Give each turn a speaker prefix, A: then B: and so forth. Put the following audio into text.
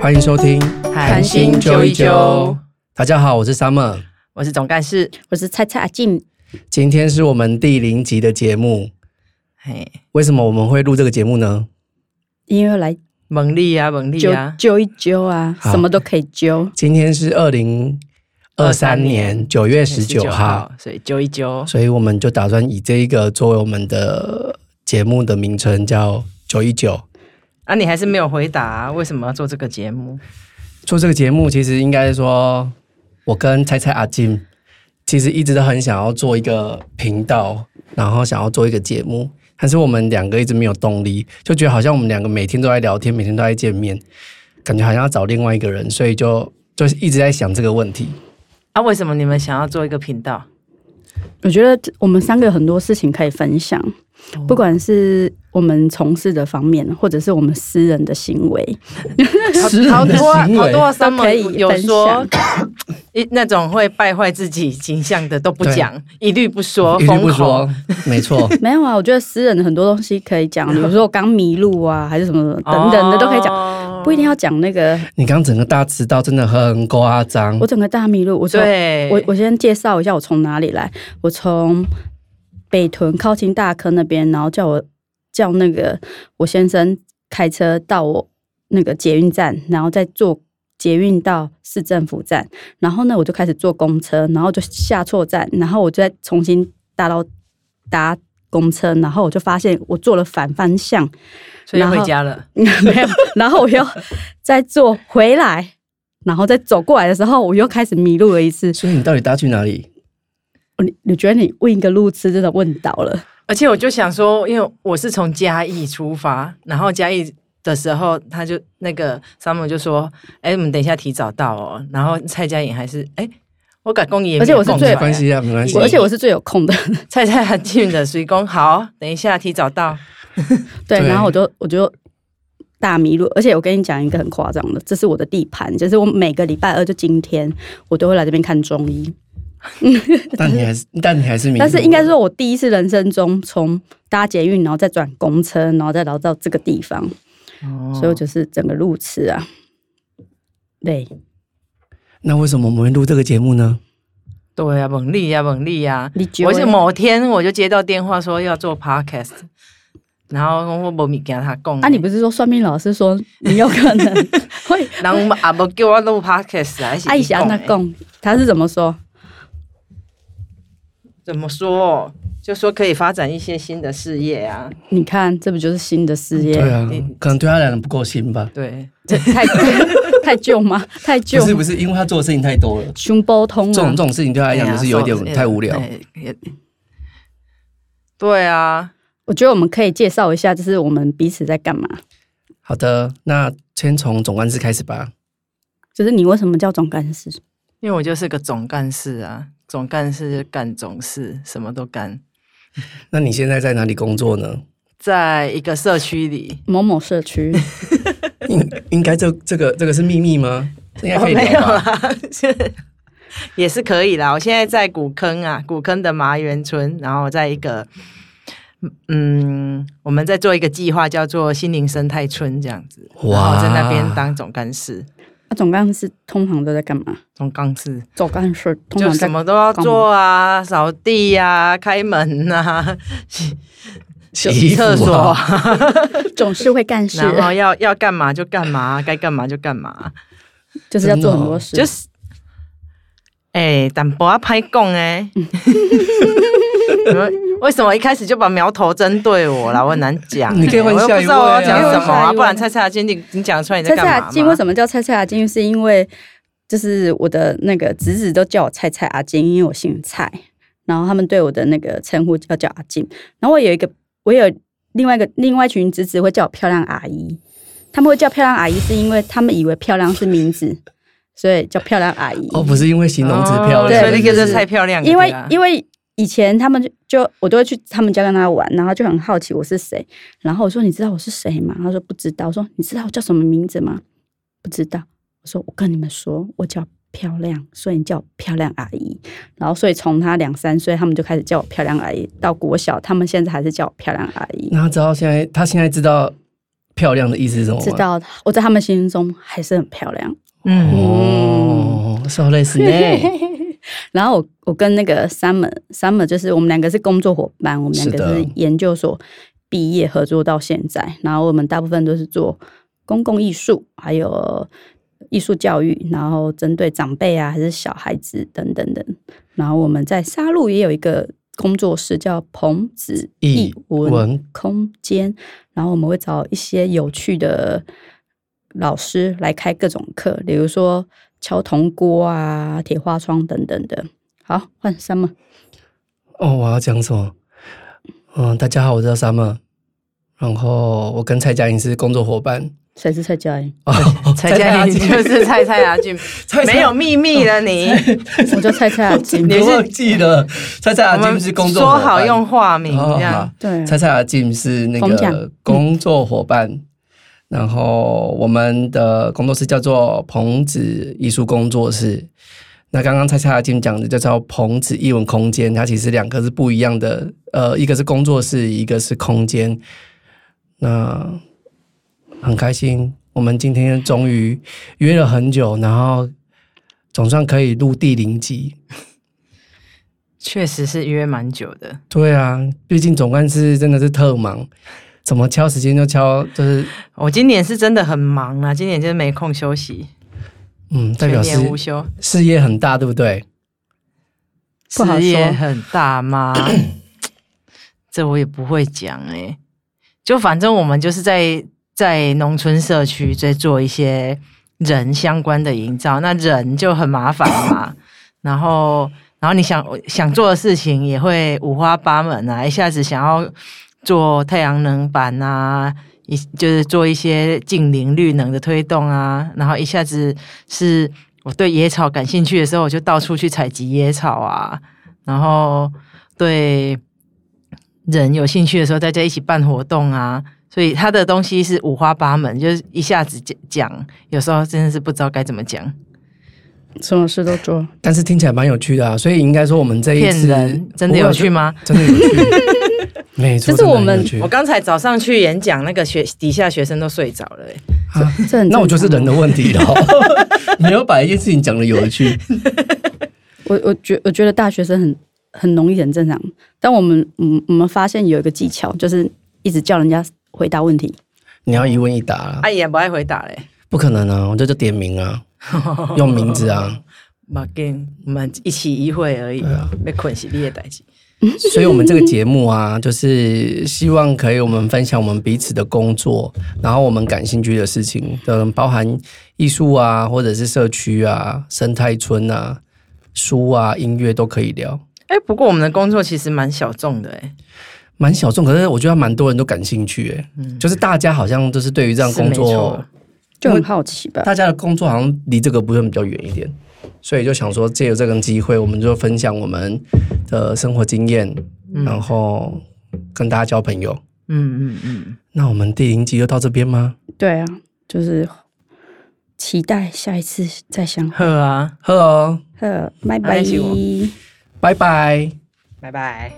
A: 欢迎收听《
B: 谈心揪一揪》。
A: 大家好，我是 Summer，
B: 我是总干事。
C: 我是菜菜阿静，
A: 今天是我们第零集的节目。
B: 嘿，
A: 为什么我们会录这个节目呢？
C: 因为来
B: 猛力啊，猛力
C: 揪
B: 啊！
C: 揪一揪啊，
A: 好
C: 什么都可以揪。
A: 今天是二零二三年九月十九号，，
B: 所以揪一揪。
A: 所以我们就打算以这一个作为我们的节目的名称，叫“九一九
B: 啊，你还是没有回答、为什么要做这个节目？”。
A: 做这个节目，其实应该说，我跟猜猜阿金其实一直都很想要做一个频道，然后想要做一个节目，但是我们两个一直没有动力，就觉得好像我们两个每天都在聊天，每天都在见面，感觉好像要找另外一个人，所以就就一直在想这个问题。
B: 啊，为什么你们想要做一个频道？
C: 我觉得我们三个有很多事情可以分享，
B: 哦
C: 不管是我们从事的方面，或者是我们私人的行为，
B: 好多啊好多啊
C: 都可以
B: Summer 有
C: 分
B: 说
C: 享
B: 一那种会败坏自己形象的都不讲，一律不说，
A: 一律不
B: 封口
A: 说。，没错。
C: 没有啊，我觉得私人的很多东西可以讲， 比如说我刚迷路啊，还是什么
B: 哦
C: 等等的都可以讲，
B: 讲
C: 不一定要讲那个
B: 嗯
A: 你刚整个大迟到真的很夸张
C: 我，整个大迷路。我说
B: 对，
C: 我我先介绍一下我从哪里来，我从北屯靠近大坑那边，然后叫我叫那个我先生开车到我那个捷运站，然后再坐捷运到市政府站，然后呢我就开始坐公车，然后就下错站，然后我就再重新搭到搭公车，然后我就发现我坐了反方向，
B: 所以
C: 然后
B: 回家了。
C: 没有，然后我又再坐回来。然后再走过来的时候，我又开始迷路了一次，
A: 所以你到底搭去哪里？
C: 你你觉得你问一个路痴真的问倒了？
B: 而且我就想说，因为我是从嘉义出发，然后嘉义的时候，他就那个 Summer 就说：“哎、我们等一下提早到哦。”然后蔡佳颖还是哎、我赶公也没
C: 而且我是
B: 空
C: 最
A: 没
B: 出来
A: 关系啊，没关系
C: 我。而且我是最有空的，
B: 蔡蔡很近的，所以公好，等一下提早到。
C: 对，
A: 对
C: 然后我就我就大迷路，而且我跟你讲一个很夸张的，这是我的地盘，就是我每个礼拜二就今天我都会来这边看中医，
A: 但你还是，但你还是迷路
C: 但是应该说我第一次人生中从搭捷运，然后再转公车，然后再来到这个地方，
A: 哦
C: 所以我就是整个路痴啊。对，
A: 那为什么我们会录这个节目呢？
B: 对呀、啊，猛力呀、猛力呀、
C: 你觉
B: 我
C: 得
B: 是某天我就接到电话说要做 podcast，然后我我没跟他讲。
C: 啊，你不是说算命老师说你有可能 会
B: 人阿不叫我录 podcast 啊？
C: 爱想那
B: 那
A: 欸
C: 供，他是怎么说？
B: 怎么说？就说可以发展一些新的事业啊。
C: 你看，这不就是新的事业？
A: 对啊
B: 你，
A: 可能对他来讲不够新吧。
B: 对，
C: 这太 太旧吗？太旧
A: 不
C: 吗，
A: 是不是，因为他做的事情太多了，
C: 熊包通
A: 这种
C: 啊
A: 这！种事情对他来讲就是有一点太无聊。
B: 嗯呃对也对啊，
C: 我觉得我们可以介绍一下，就是我们彼此在干嘛。
A: 好的，那先从总干事开始吧。
C: 就是你为什么叫总干事？
B: 因为我就是个总干事啊，总干事就干总事，什么都干，
A: 那你现在在哪里工作呢？
B: 在一个社 区里。
C: 某某社区，
A: 应应该这这个这个是秘密吗？这应该
B: 我
A: 可以
B: 哦没有啊
A: 聊吧？
B: 啦，是也是可以啦。我现在在古坑啊，古坑的麻园村，然后在一个嗯，我们在做一个计划，叫做心灵生态村这样子。
A: 哇
B: 哇，在那边当总干事，
C: 那、啊总干事通常都在干嘛？
B: 总干事
C: 总干事通
B: 就
C: 常在
B: 什么都要做啊，扫地呀、开门呐、
A: 洗衣服啊
B: 厕所啊，
C: 总是会干事，
B: 然后要要干嘛就干嘛，该干嘛就 干嘛，
C: 就是要做很多事。
B: 就是。哎、但不要拍供 哎！你们为什么一开始就把苗头针对我啦？我很难讲、
A: 你可以
B: 哎
A: 问
B: 我又
A: 下
B: 不
A: 一
B: 知道我要
A: 位啊
B: 讲什么
C: 下一
B: 啊，
C: 位
B: 不然蔡蔡阿金，你你讲出来你在
C: 菜
B: 干嘛
C: 菜阿
B: 嘛？
C: 金为什么叫菜菜阿金？是因为就是我的那个侄子都叫我菜菜阿金，因为我姓蔡，然后他们对我的那个称呼要叫阿金。然后我有一个，我有另外一个另外一群侄子会叫我漂亮阿姨，他们会叫漂亮阿姨是因为他们以为漂亮是名字，所以叫漂亮阿姨。
A: 哦，不是因为形容词漂
B: 哦
A: 亮，
B: 所以那
A: 是
B: 个就
A: 不
B: 是
A: 是
B: 太漂亮了，
C: 因
B: 对
C: 为
B: 啊
C: 因为以前他们就就我都会去他们家跟他玩，然后就很好奇我是谁，然后我说你知道我是谁吗？他说不知道。我说你知道我叫什么名字吗？不知道。我说我跟你们说，我叫漂亮，所以你叫我漂亮阿姨。然后所以从他两三岁，他们就开始叫我漂
B: 嗯
C: 亮阿姨，到国小，他们现在还是叫我漂亮阿姨。
A: 那他知道现在他现在知道漂亮的意思是什么吗？
C: 知道我在他们心中还是很漂亮。
B: 嗯
A: 哦，so 类似呢，
C: 然后我我跟那个 Summer Summer 就是我们两个是工作伙伴，我们两
A: 是
C: 个
A: 的
C: 是研究所毕业合作到现在，然后我们大部分都是做公共艺术，还有艺术教育，然后针对长辈啊还是小孩子等等等。然后我们在沙鹿也有一个工作室叫彭子
A: 艺
C: 艺文
A: 文
C: 空间，然后我们会找一些有趣的老师来开各种课，比如说敲铜锅啊、铁花窗等等的。好，换 summer，
A: 哦，我要讲什么？嗯，大家好，我叫 Summer，然后我跟蔡佳颖是工作伙伴。
C: 谁是蔡佳颖？
A: 哦，
B: 蔡 佳
A: 颖
B: 颖就是蔡蔡雅俊，
A: 蔡
B: 没有秘密了你。
C: 我叫蔡蔡雅金。
A: 你忘记了？蔡 蔡
B: 我
A: 雅静
B: 们
A: 啊是工作
B: 说
A: 伙伴
B: 好用化名
A: 哦
B: 这
A: 好
B: 样，
C: 对，啊
A: 蔡蔡雅静是那
C: 嗯冯讲
A: 个工作伙伴，然后我们的工作室叫做彭子艺术工作室。那刚刚蔡蔡雅静讲的叫做彭子艺文空间，它其实两个是不一样的，呃，一个是工作室，一个是空间。那很开心，我们今天终于约了很久，然后总算可以录第零集。
B: 确实是约蛮久的。
A: 对啊，毕竟总干事真的是特忙，怎么敲时间就敲，就是
B: 我今年是真的很忙啊，今年就是没空休息，
A: 嗯，代
B: 全
A: 表
B: 年
A: 事
B: 无休，
A: 事业很大，对不对？
C: 不好
B: 事业
C: 说
B: 很大 吗？这我也不会讲哎、就反正我们就是在在农村社区在做一些人相关的营造，那人就很麻烦 嘛，然后。然后你想想做的事情也会五花八门啊，一下子想要做太阳能板啊，一就是做一些近邻绿能的推动啊，然后一下子是我对野草感兴趣的时候，我就到处去采集野草啊，然后对人有兴趣的时候，大家一起办活动啊，所以他的东西是五花八门，就是一下子讲讲，有时候真的是不知道该怎么讲，
C: 什么事都做。
A: 但是听起来蛮有趣的啊，所以应该说我们这一
B: 骗
A: 次
B: 人，真的有趣？吗？
A: 不会真的有 趣，没错，
C: 这是
A: 真
C: 我
A: 的很有
C: 们
A: 趣
B: 我刚才早上去演讲，那个学底下学生都睡着了、欸。
A: 啊
C: 这很
A: 那我就
C: 正
A: 是
C: 常
A: 人的问题了， 没有把一件事情讲的有趣。
C: 我我觉我觉得大学生很很容易很正常，但我们嗯我们发现有一个技巧，就是一直叫人家回答问题。
A: 你要一问一答啊，
B: 阿姨也不爱回答嘞、
A: 不可能啊，我这就点名啊， 用名字 啊，
B: 马跟我们一起一会而已
A: 对啊，
B: 被捆起列代机。
A: 所以，我们这个节目啊，就是希望可以我们分享我们彼此的工作，然后我们感兴趣的事情，嗯，包含艺术啊，或者是社区啊、生态村啊、书啊、音乐都可以聊，
B: 哎、不过我们的工作其实蛮小众的、欸，
A: 蛮小众，可是我觉得蛮多人都感兴趣、欸，就是大家好像就是对于这样
B: 嗯是
A: 工
B: 没
A: 作
B: 错，
C: 就很好奇吧，
A: 大家的工作好像离这个部分比较远一点，所以就想说借由这个机会，我们就分享我们的生活经验，
B: 嗯
A: 然后跟大家交朋友。
B: 嗯嗯嗯，
A: 那我们第零集就到这边吗？
C: 对啊，就是期待下一次再相
B: 好啊，
A: 喝哦，
C: 呵，拜
B: 好
C: 拜
B: 那。请我
A: 拜拜。
B: 拜拜。